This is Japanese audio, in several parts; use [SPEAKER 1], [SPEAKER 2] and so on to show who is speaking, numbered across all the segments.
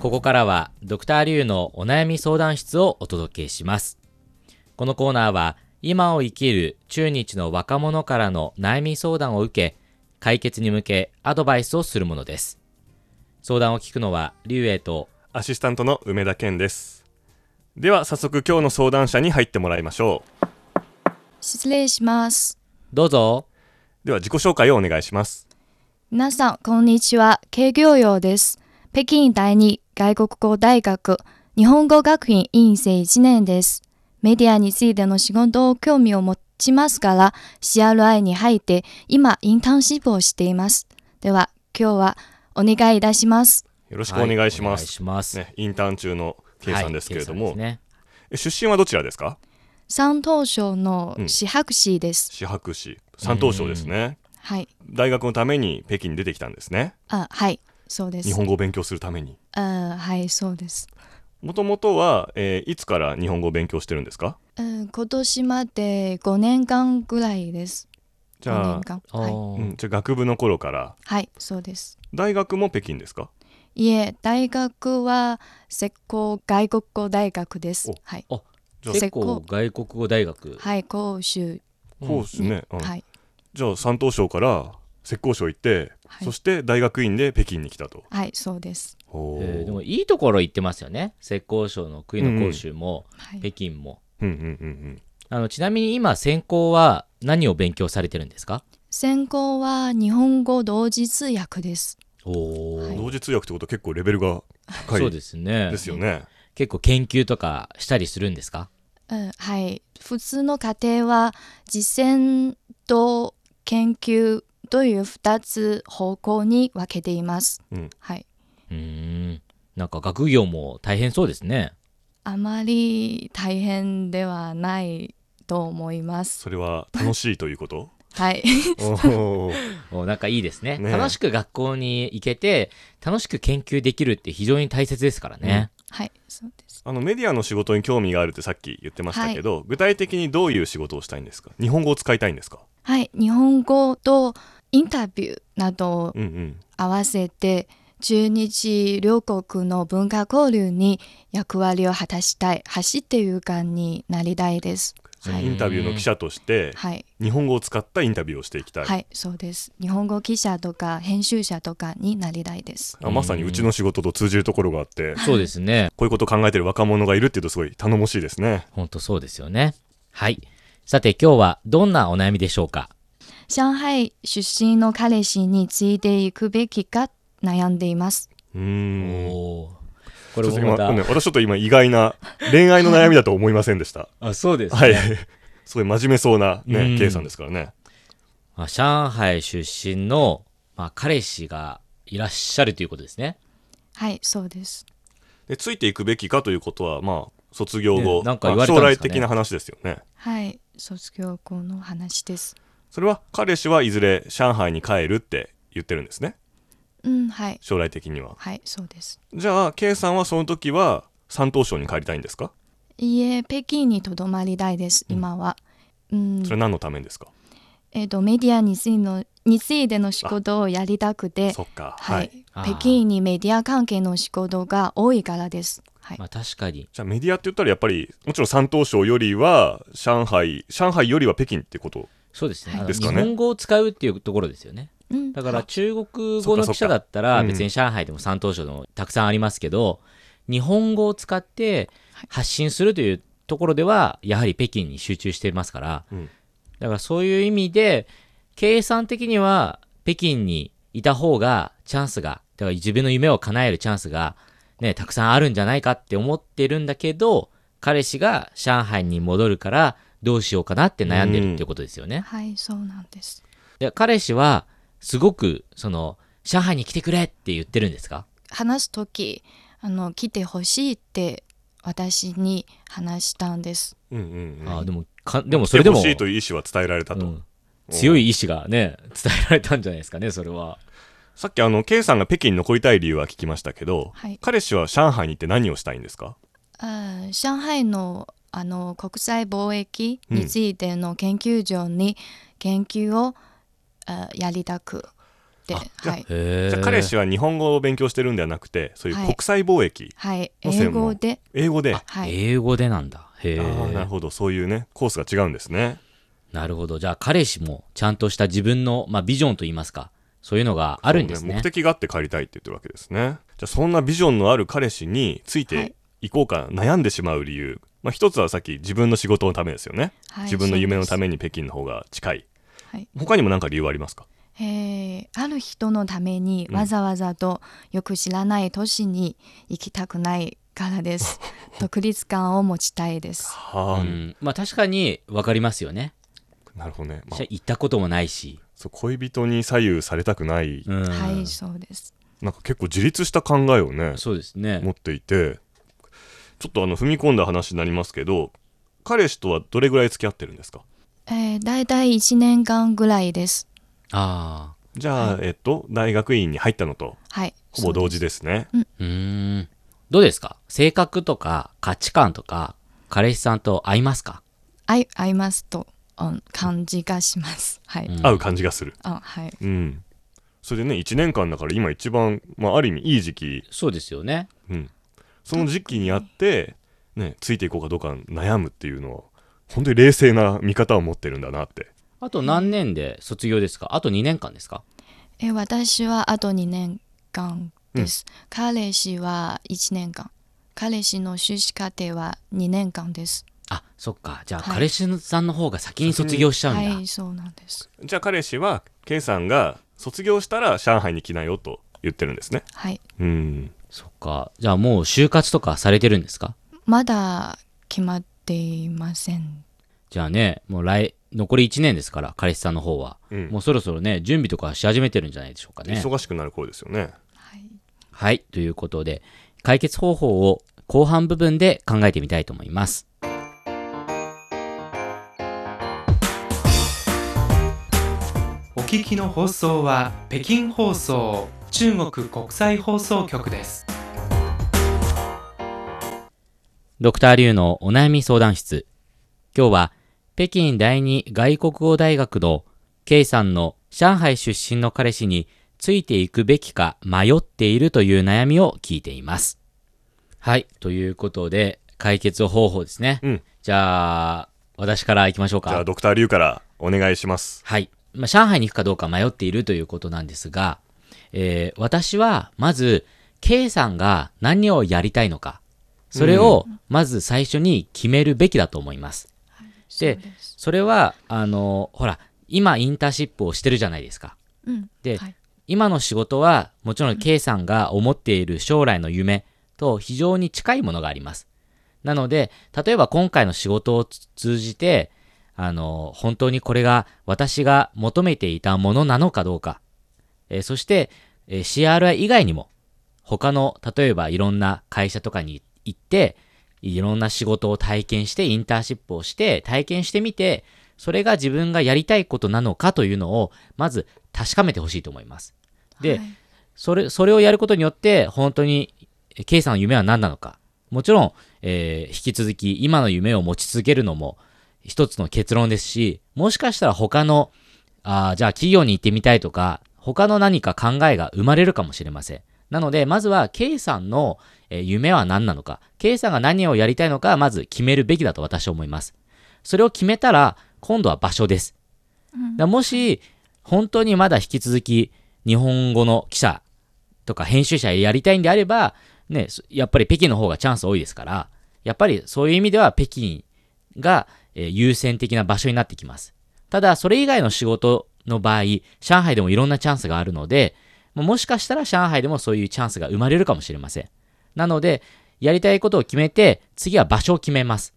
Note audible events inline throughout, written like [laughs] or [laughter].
[SPEAKER 1] ここからはドクターリュウのお悩み相談室をお届けします。このコーナーは今を生きる中日の若者からの悩み相談を受け、解決に向けアドバイスをするものです。相談を聞くのはリュウエイと
[SPEAKER 2] アシスタントの梅田健です。では早速今日の相談者に入ってもらいましょう。
[SPEAKER 3] 失礼します。
[SPEAKER 1] どうぞ。
[SPEAKER 2] では自己紹介をお願いします。
[SPEAKER 3] 皆さん、こんにちは。軽業用です。北京第二外国語大学日本語学院院生1年です。メディアについての仕事を興味を持ちますから、CRI に入って今、インターンシップをしています。では、今日はお願いいたします。
[SPEAKER 2] よろしくお願いしま
[SPEAKER 1] はいお願い
[SPEAKER 2] す。
[SPEAKER 1] します。
[SPEAKER 2] ね、インターン中の
[SPEAKER 1] 計
[SPEAKER 2] 圭さ
[SPEAKER 1] 算
[SPEAKER 2] んですけれども、
[SPEAKER 1] ね、
[SPEAKER 2] え出身はどちらですか
[SPEAKER 3] 山東省の
[SPEAKER 2] うん
[SPEAKER 3] 市博士です。
[SPEAKER 2] 四白市山東省ですね。
[SPEAKER 3] はい。
[SPEAKER 2] 大学のために北京に出てきたんですね。
[SPEAKER 3] あ、はい。そうです。
[SPEAKER 2] 日本語を勉強するために。
[SPEAKER 3] あはい、そうです。
[SPEAKER 2] もともとは、えーいつから日本語を勉強してるんですか
[SPEAKER 3] うん今年まで5年間ぐらいです。
[SPEAKER 2] じゃあ
[SPEAKER 3] 五年、間
[SPEAKER 1] あ
[SPEAKER 3] はい
[SPEAKER 1] ー
[SPEAKER 2] うん、じゃあ学部の頃から
[SPEAKER 3] はい、そうです。
[SPEAKER 2] 大学も北京ですか
[SPEAKER 3] いえ、大学は石膏外国語大学です
[SPEAKER 2] お。
[SPEAKER 3] はい、
[SPEAKER 2] じゃあ
[SPEAKER 3] せ
[SPEAKER 1] 結構外国語大学。
[SPEAKER 3] はい、講習、
[SPEAKER 2] こうですね。うん
[SPEAKER 3] はい、
[SPEAKER 2] じゃあ山東省から浙江省行って、
[SPEAKER 3] はい
[SPEAKER 2] そして大学院で北京に来たと。
[SPEAKER 3] はい、そうです。
[SPEAKER 2] ほう
[SPEAKER 1] えーでもいいところ行ってますよね。浙江省の杭の講習も、
[SPEAKER 3] はい、
[SPEAKER 1] 北京も。
[SPEAKER 2] うんうんうんうん。
[SPEAKER 1] あのちなみに今専攻は何を勉強されてるんですか
[SPEAKER 3] 専攻は日本語同時通訳です。
[SPEAKER 1] おお、
[SPEAKER 3] はい
[SPEAKER 2] 同時通訳ってことは結構レベルが高
[SPEAKER 1] そ
[SPEAKER 2] いうで
[SPEAKER 1] ですね
[SPEAKER 2] すよね。
[SPEAKER 1] 結構研究とかしたりするんですか
[SPEAKER 3] うん、はい、普通の家庭は実践と研究という二つ方向に分けています。
[SPEAKER 2] うん
[SPEAKER 3] はい、
[SPEAKER 1] うーんなんか学業も大変そうですね
[SPEAKER 3] あまり大変ではないと思います。
[SPEAKER 2] それは楽しいということ。
[SPEAKER 3] [laughs] はい。
[SPEAKER 2] おー
[SPEAKER 1] おなんかいいですね
[SPEAKER 2] ねえ
[SPEAKER 1] 楽しく学校に行けて楽しく研究できるって非常に大切ですからね、
[SPEAKER 3] はい、そうです。
[SPEAKER 2] あのメディアの仕事に興味があるってさっき言ってましたけど、具体的にどういう仕事をしたいんですか。日本語を使いたいんですか。
[SPEAKER 3] はい、日本語とインタビューなどを
[SPEAKER 2] うんうん。
[SPEAKER 3] 合わせて、中日両国の文化交流に役割を果たしたい橋っていう感になりたいです。
[SPEAKER 2] その
[SPEAKER 3] はい
[SPEAKER 2] インタビューの記者として
[SPEAKER 3] はい、
[SPEAKER 2] 日本語を使ったインタビューをしていきたい。
[SPEAKER 3] はい、そうです。日本語記者とか編集者とかになりたいです。
[SPEAKER 2] あまさにうちの仕事と通じるところがあって、
[SPEAKER 1] そうですね
[SPEAKER 2] こういうことを考えてる若者がいるっていうとすごい頼もしいですね。
[SPEAKER 1] ほんとそうですよねはいさて今日はどんなお悩みでしょうか
[SPEAKER 3] 上海出身の彼氏についていくべきか悩んでいます。
[SPEAKER 1] お
[SPEAKER 2] うーん。
[SPEAKER 1] おーこ
[SPEAKER 2] ち
[SPEAKER 1] れ
[SPEAKER 2] ょっ
[SPEAKER 1] も
[SPEAKER 2] と
[SPEAKER 1] ま
[SPEAKER 2] 今
[SPEAKER 1] た、
[SPEAKER 2] ね私ちょっと今意外な恋愛の悩みだと思いません
[SPEAKER 1] [laughs]
[SPEAKER 2] でした。
[SPEAKER 1] あそうですね、
[SPEAKER 2] はい。すごい真面目そうな
[SPEAKER 1] うん
[SPEAKER 2] ね、K さんですからね。
[SPEAKER 1] まあ、上海出身の、まあ、彼氏がいらっしゃるということですね
[SPEAKER 3] はい、そうです。
[SPEAKER 2] で、ついていくべきかということは、まあ、卒業
[SPEAKER 1] ね
[SPEAKER 2] 後、
[SPEAKER 1] なんか
[SPEAKER 2] ま
[SPEAKER 1] 言われ
[SPEAKER 2] あ
[SPEAKER 1] た
[SPEAKER 2] 将
[SPEAKER 1] んで
[SPEAKER 2] 来
[SPEAKER 1] すかね
[SPEAKER 2] 的な話ですよね。
[SPEAKER 3] はい、卒業後の話です。
[SPEAKER 2] それは、彼氏はいずれ上海に帰るって言ってるんですね。
[SPEAKER 3] うん、はい、
[SPEAKER 2] 将来的には。
[SPEAKER 3] はい、そうです。
[SPEAKER 2] じゃあ、K さんはその時は、山東省に帰りたいんですか
[SPEAKER 3] いいえ、北京にとどまりたいです、
[SPEAKER 2] うん
[SPEAKER 3] 今は。うん
[SPEAKER 2] それ、は何のためですか、
[SPEAKER 3] えっ、と、メディアについての、についての仕事をやりたくて、
[SPEAKER 2] そっか。
[SPEAKER 3] は
[SPEAKER 2] はいい。、
[SPEAKER 1] あー
[SPEAKER 3] 北京にメディア関係の仕事が多いからです。はい、
[SPEAKER 1] まあ確かに
[SPEAKER 2] じゃあ、メディアって言ったら、やっぱり、もちろん山東省よりは、上海、上海よりは北京ってこと。
[SPEAKER 1] そうですね,、
[SPEAKER 3] はい
[SPEAKER 1] あの
[SPEAKER 2] です
[SPEAKER 1] 日
[SPEAKER 2] かね
[SPEAKER 1] 本語を使うっていうところですよね
[SPEAKER 3] うん、
[SPEAKER 1] だか
[SPEAKER 3] は
[SPEAKER 1] ら
[SPEAKER 3] い
[SPEAKER 1] 中国語の記者だった
[SPEAKER 2] そっかそっからうん
[SPEAKER 1] 別に上海でも山東省でもたくさんありますけど、日本語を使って
[SPEAKER 3] はい
[SPEAKER 1] 発信するというところではやはり北京に集中していますから
[SPEAKER 2] うん。
[SPEAKER 1] だからそういう意味で計算的には北京にいた方がチャンスがだから自分の夢を叶えるチャンスが、ね、たくさんあるんじゃないかって思ってるんだけど彼氏が上海に戻るからどうしようかなって悩んでるっていうことですよね。
[SPEAKER 3] はい、そうなんです。
[SPEAKER 1] で彼氏はすごくその上海に来てくれって言ってるんですか
[SPEAKER 3] 話すとき、あの、来てほしいって、私に話したんです。
[SPEAKER 2] うんうんうん。
[SPEAKER 1] あーでもかでもそれでも
[SPEAKER 2] 来てほしいという意思は伝えられたと。
[SPEAKER 1] うん強い意志がね伝えられたんじゃないですかねそれは
[SPEAKER 2] さっきあの K さんが北京に残りたい理由は聞きましたけど、
[SPEAKER 3] はい
[SPEAKER 2] 彼氏は上海に行って何をしたいんですか
[SPEAKER 3] あー上海のあの国際貿易についての研究所に研究を、あーやりたく。
[SPEAKER 2] あじゃあ
[SPEAKER 3] はい。
[SPEAKER 1] へ
[SPEAKER 2] じゃあ彼氏は日本語を勉強してるんではなくてそういう
[SPEAKER 3] はい
[SPEAKER 2] 国際貿易、
[SPEAKER 3] はい。
[SPEAKER 2] の専
[SPEAKER 3] 英
[SPEAKER 2] 門
[SPEAKER 3] 語で。
[SPEAKER 2] 英語であ
[SPEAKER 3] はい。
[SPEAKER 1] 英語でなんだ。へ
[SPEAKER 2] あー
[SPEAKER 1] え。
[SPEAKER 2] なるほどそういうねコースが違うんですね
[SPEAKER 1] なるほど。じゃあ彼氏もちゃんとした自分の、まあ、ビジョンといいますか、そういうのがあるんです
[SPEAKER 2] そう
[SPEAKER 1] ね。
[SPEAKER 2] 目的があって帰りたいって言ってるわけですねじゃあそんなビジョンのある彼氏につい
[SPEAKER 3] はい
[SPEAKER 2] ていこうか悩んでしまう理由、まあ、一つはさっき自分の仕事のためですよね、
[SPEAKER 3] はい
[SPEAKER 2] 自分の夢のため
[SPEAKER 3] め。
[SPEAKER 2] に北京の方が近い
[SPEAKER 3] はい。
[SPEAKER 2] 他にも何か理由はありますか
[SPEAKER 3] えーある人のために
[SPEAKER 2] うん
[SPEAKER 3] わざわざとよく知らない都市に行きたくないか
[SPEAKER 2] [laughs]
[SPEAKER 3] らです。独立感を持ちたいです。
[SPEAKER 2] はあ、
[SPEAKER 1] うん、まあ確かに分かりますよね。
[SPEAKER 2] なるほどね、まあ
[SPEAKER 1] じゃあ、行ったこともないし。
[SPEAKER 2] そう恋人に左右されたくない、
[SPEAKER 1] うん
[SPEAKER 3] はい、そうです。
[SPEAKER 2] なんか結構自立した考えをね
[SPEAKER 1] そうですね。
[SPEAKER 2] 持っていてちょっとあの踏み込んだ話になりますけど彼氏とはどれぐらい付き合ってるんですか
[SPEAKER 3] えー、だいたい1年間ぐらいです。
[SPEAKER 1] あ
[SPEAKER 2] じゃあ、えっと大学院に入ったのと
[SPEAKER 3] はい。
[SPEAKER 2] ほぼ同時ですね
[SPEAKER 1] あ。うーん。どうですか性格とか価値観とか、彼氏さんと合いますか
[SPEAKER 3] 合い合いますと、うん、感じがします。はい。
[SPEAKER 1] うん
[SPEAKER 2] 合う感じがする
[SPEAKER 3] あはい。
[SPEAKER 2] うんそれでね1年間だから今一番、まあ、ある意味いい時期、
[SPEAKER 1] そうですよね。
[SPEAKER 2] うん、その時期にあって、ね、ついていこうかどうか悩むっていうのは本当に冷静な見方を持ってるんだなって
[SPEAKER 1] あと何年で卒業ですかあと2年間ですか
[SPEAKER 3] え私はあと2年間です、彼氏は1年間彼氏の修士課程は2年間です
[SPEAKER 1] あ、そっか。じゃあ、
[SPEAKER 3] はい
[SPEAKER 1] 彼氏さんの方が先に卒業しちゃうんだ。
[SPEAKER 3] はいそうなんです
[SPEAKER 2] じゃあ彼氏は K さんが卒業したら上海に来なよと言ってるんですね
[SPEAKER 3] はい
[SPEAKER 2] うん
[SPEAKER 1] そっか。じゃあ、もう就活とかされてるんですか
[SPEAKER 3] まだ決まっていません
[SPEAKER 1] じゃあね、もう来、残り1年ですから、彼氏さんの方は。
[SPEAKER 2] うん
[SPEAKER 1] もうそろそろね、準備とかし始めてるんじゃないでしょうかね。
[SPEAKER 2] 忙しくなる頃ですよね
[SPEAKER 3] はい
[SPEAKER 1] はい。ということで、解決方法を後半部分で考えてみたいと思います。
[SPEAKER 4] お聞きの放送は北京放送中国国際放送局です。
[SPEAKER 1] ドクターリュウのお悩み相談室。今日は、北京第二外国語大学の K さんの上海出身の彼氏についていくべきか迷っているという悩みを聞いています。はい。ということで、解決方法ですね。
[SPEAKER 2] うん
[SPEAKER 1] じゃあ、私から行きましょうか。
[SPEAKER 2] じゃあドクターリュウからお願いします
[SPEAKER 1] はい。まあ、上海に行くかどうか迷っているということなんですが、えー私は、まず、K さんが何をやりたいのか、それを、まず最初に決めるべきだと思います。
[SPEAKER 3] そうです
[SPEAKER 1] それは、あの、ほら、今、インターンシップをしてるじゃないですか。
[SPEAKER 3] うん
[SPEAKER 1] で
[SPEAKER 3] はい
[SPEAKER 1] 今の仕事は、もちろん K さんが思っている将来の夢と非常に近いものがあります。なので、例えば今回の仕事をつ通じて、あの、本当にこれが私が求めていたものなのかどうか。えーそして、えー CRI 以外にも、他の、例えばいろんな会社とかに行って、いろんな仕事を体験して、インターンシップをして、体験してみて、それが自分がやりたいことなのかというのを、まず確かめてほしいと思います。で、
[SPEAKER 3] はい
[SPEAKER 1] それ、それをやることによって、本当に、え K さんの夢は何なのか。もちろん、えー引き続き、今の夢を持ち続けるのも、一つの結論ですし、もしかしたら他の、あーじゃあ企業に行ってみたいとか、他の何か考えが生まれるかもしれません。なので、まずは、K さんの、えー夢は何なのか、K さんが何をやりたいのか、まず決めるべきだと私は思います。それを決めたら、今度は場所です。
[SPEAKER 3] うん
[SPEAKER 1] だもし、本当にまだ引き続き、日本語の記者とか編集者やりたいんであれば、ね、そやっぱり北京の方がチャンス多いですから、やっぱりそういう意味では北京が、えー優先的な場所になってきます。ただ、それ以外の仕事の場合、上海でもいろんなチャンスがあるので、もうもしかしたら上海でもそういうチャンスが生まれるかもしれません。なので、やりたいことを決めて、次は場所を決めます。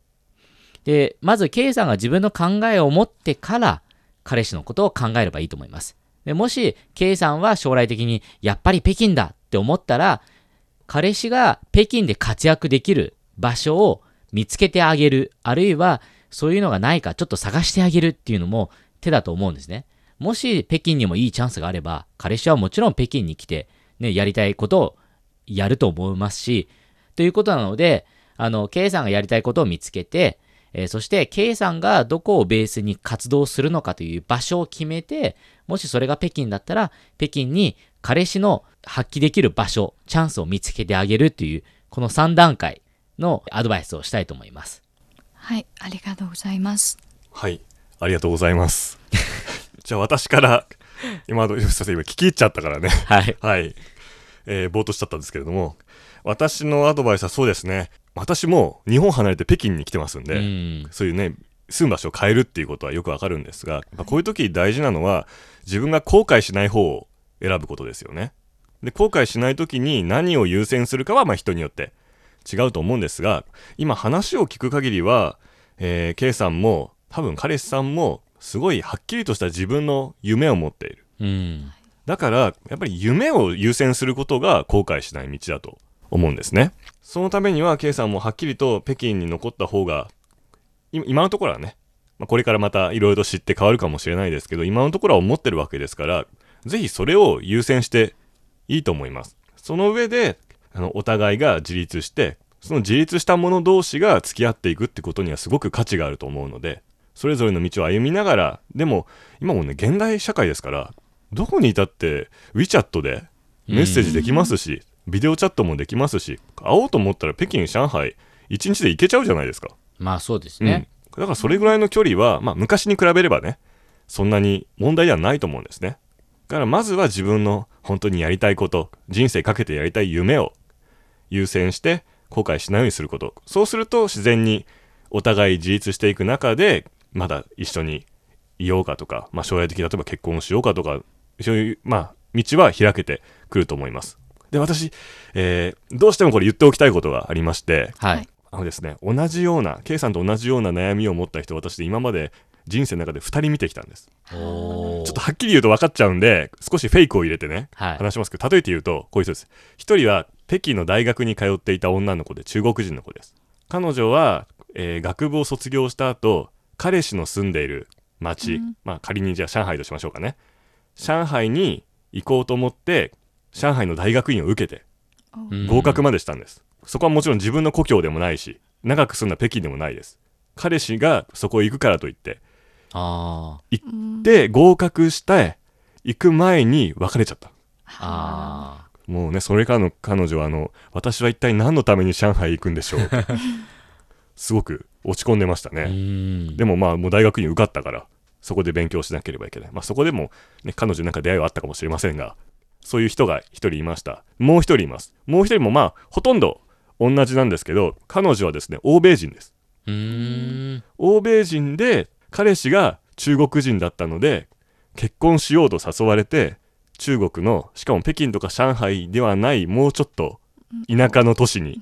[SPEAKER 1] で、まず K さんが自分の考えを持ってから、彼氏のことを考えればいいと思います。でもし、K さんは将来的に、やっぱり北京だって思ったら、彼氏が北京で活躍できる場所を見つけてあげる、あるいは、そういうのがないかちょっと探してあげるっていうのも手だと思うんですね。もし、北京にもいいチャンスがあれば、彼氏はもちろん北京に来て、ね、やりたいことをやると思いますし、ということなので、あの、K さんがやりたいことを見つけて、えーそして K さんがどこをベースに活動するのかという場所を決めてもしそれが北京だったら北京に彼氏の発揮できる場所チャンスを見つけてあげるというこの3段階のアドバイスをしたいと思います
[SPEAKER 3] はい、ありがとうございます。
[SPEAKER 2] はい、ありがとうございます。 [laughs] じゃあ私から、今の、すいません、今聞き入っちゃった [laughs] からね。
[SPEAKER 1] はい
[SPEAKER 2] はい。えー、ぼーっとしちゃったんですけれども、私のアドバイスはそうですね、私も日本離れて北京に来てますん
[SPEAKER 1] う
[SPEAKER 2] で、
[SPEAKER 1] ん
[SPEAKER 2] そういうね、住む場所を変えるっていうことはよくわかるんですが、まあ、こういう時大事なのは、自分が後悔しない方を選ぶことですよね。で、後悔しない時に何を優先するかは、まあ人によって違うと思うんですが、今話を聞く限りは、えー、K さんも、多分彼氏さんも、すごいはっきりとした自分の夢を持っている。
[SPEAKER 1] うん
[SPEAKER 2] だからやっぱり夢を優先することが後悔しない道だと思うんですねそのためには K さんもはっきりと北京に残った方がい今のところはね、まあ、これからまたいろいろ知って変わるかもしれないですけど今のところは思ってるわけですからぜひそれを優先していいと思いますその上であのお互いが自立してその自立した者同士が付き合っていくってことにはすごく価値があると思うのでそれぞれの道を歩みながらでも今もね現代社会ですからどこにいたって WeChat でメッセージできますし、ビデオチャットもできますし会おうと思ったら北京上海1日で行けちゃうじゃないですか
[SPEAKER 1] まあそうですね、
[SPEAKER 2] うん、だからそれぐらいの距離は、まあ、昔に比べればねそんなに問題ではないと思うんですねだからまずは自分の本当にやりたいこと人生かけてやりたい夢を優先して後悔しないようにすることそうすると自然にお互い自立していく中でまだ一緒にいようかとか、まあ、将来的に例えば結婚しようかとかそういう、まあ、道は開けてくると思いますで私、えーどうしてもこれ言っておきたいことがありまして
[SPEAKER 1] はい、
[SPEAKER 3] はい
[SPEAKER 2] あのですね、同じような、K さんと同じような悩みを持った人、私で今まで人生の中で2人見てきたんです。
[SPEAKER 1] おー
[SPEAKER 2] ちょっとはっきり言うと分かっちゃうんで、少しフェイクを入れてね、
[SPEAKER 1] はい
[SPEAKER 2] 話しますけど、例えて言うと、こういう人です。1人は北京の大学に通っていた女の子で、中国人の子です。彼女は、えー学部を卒業した後、彼氏の住んでいる町、
[SPEAKER 3] うん
[SPEAKER 2] まあ仮にじゃあ上海としましょうかね。上海に行こうと思って、上海の大学院を受けて、
[SPEAKER 1] うん
[SPEAKER 2] 合格までしたんです、そこはもちろん自分の故郷でもないし長く住んだ北京でもないです彼氏がそこへ行くからといって
[SPEAKER 1] あ
[SPEAKER 3] うん
[SPEAKER 2] で合格して行く前に別れちゃった
[SPEAKER 1] ああ
[SPEAKER 2] もうねそれからの彼女はあの私は一体何のために上海行くん
[SPEAKER 1] [laughs]
[SPEAKER 2] でしょうすごく落ち込んでました
[SPEAKER 1] あ
[SPEAKER 2] ね、
[SPEAKER 1] うん
[SPEAKER 2] でもまあもう大学に受かったからそこで勉強しなければいけない、まあ、そこでも、ね、彼女なんか出会いはあったかもしれませんがそういう人が一人いましたもう一人いますもう一人もまあほとんど同じなんですけど彼女はですね欧米人です
[SPEAKER 1] うーん
[SPEAKER 2] 欧米人で彼氏が中国人だったので結婚しようと誘われて中国のしかも北京とか上海ではないもうちょっと田舎の都市に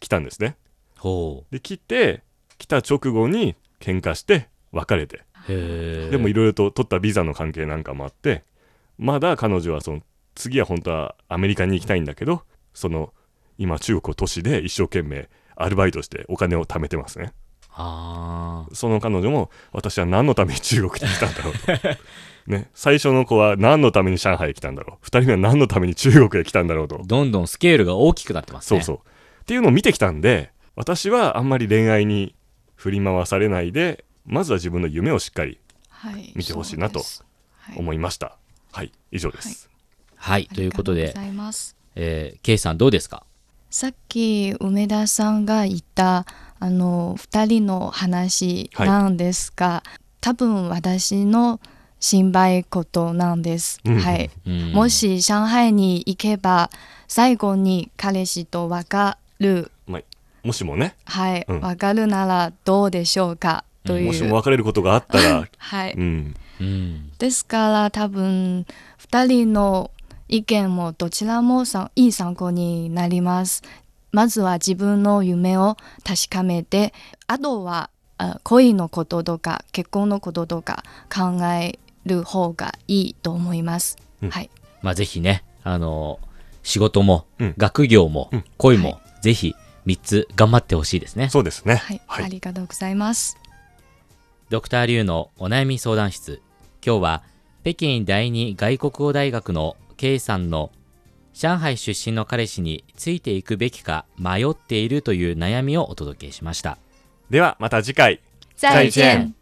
[SPEAKER 2] 来たんですね
[SPEAKER 1] ほ
[SPEAKER 2] で来て来た直後に喧嘩して別れて
[SPEAKER 1] うへえ
[SPEAKER 2] でもいろいろと取ったビザの関係なんかもあってまだ彼女はその次は本当はアメリカに行きたいんだけどその今中国を都市で一生懸命アルバイトしてお金を貯めてますね
[SPEAKER 1] あ
[SPEAKER 2] その彼女も私は何のために中国に来たんだろうとね最初の子は何のために上海へ来たんだろう2人目は何のために中国へ来たんだろうと
[SPEAKER 1] あどんどんスケールが大きくなってます
[SPEAKER 2] そ
[SPEAKER 1] ね
[SPEAKER 2] うそう。っていうのを見てきたんで、私はあんまり恋愛に振り回されないで、まずは自分の夢をしっかり
[SPEAKER 3] はい
[SPEAKER 2] 見てほしいなと
[SPEAKER 3] そうですはい
[SPEAKER 2] 思いました。はい、以上です。
[SPEAKER 1] はいということ
[SPEAKER 3] あり
[SPEAKER 1] で
[SPEAKER 3] がとうございます。
[SPEAKER 1] えー K さんどうですか
[SPEAKER 3] さっき梅田さんが言ったあの二人の話なんですが、多分私の心配事なんです。
[SPEAKER 2] うん
[SPEAKER 3] はい。
[SPEAKER 1] うん
[SPEAKER 3] もし上海に行けば最後に彼氏と別る
[SPEAKER 2] まあ、もしもね、
[SPEAKER 3] はい、
[SPEAKER 2] うん
[SPEAKER 3] 別るならどうでしょうかという、
[SPEAKER 2] もしも別れることがあったら、
[SPEAKER 3] はい、
[SPEAKER 2] うん、
[SPEAKER 1] うん
[SPEAKER 3] ですから多分2人の意見もどちらもさいい参考になりますまずは自分の夢を確かめてあとはあ恋のこととか結婚のこととか考える方がいいと思います、
[SPEAKER 2] うん
[SPEAKER 3] はい
[SPEAKER 1] まあぜひねあのー仕事も
[SPEAKER 2] うん
[SPEAKER 1] 学業も
[SPEAKER 2] うん
[SPEAKER 1] 恋もぜひ3つ頑張ってほしいですね
[SPEAKER 2] そうですね。
[SPEAKER 3] はい、ありがとうございます
[SPEAKER 1] ドクターリュウのお悩み相談室。今日は北京第二外国語大学の K さんの上海出身の彼氏についていくべきか迷っているという悩みをお届けしました。
[SPEAKER 5] ではまた次回
[SPEAKER 2] 再见。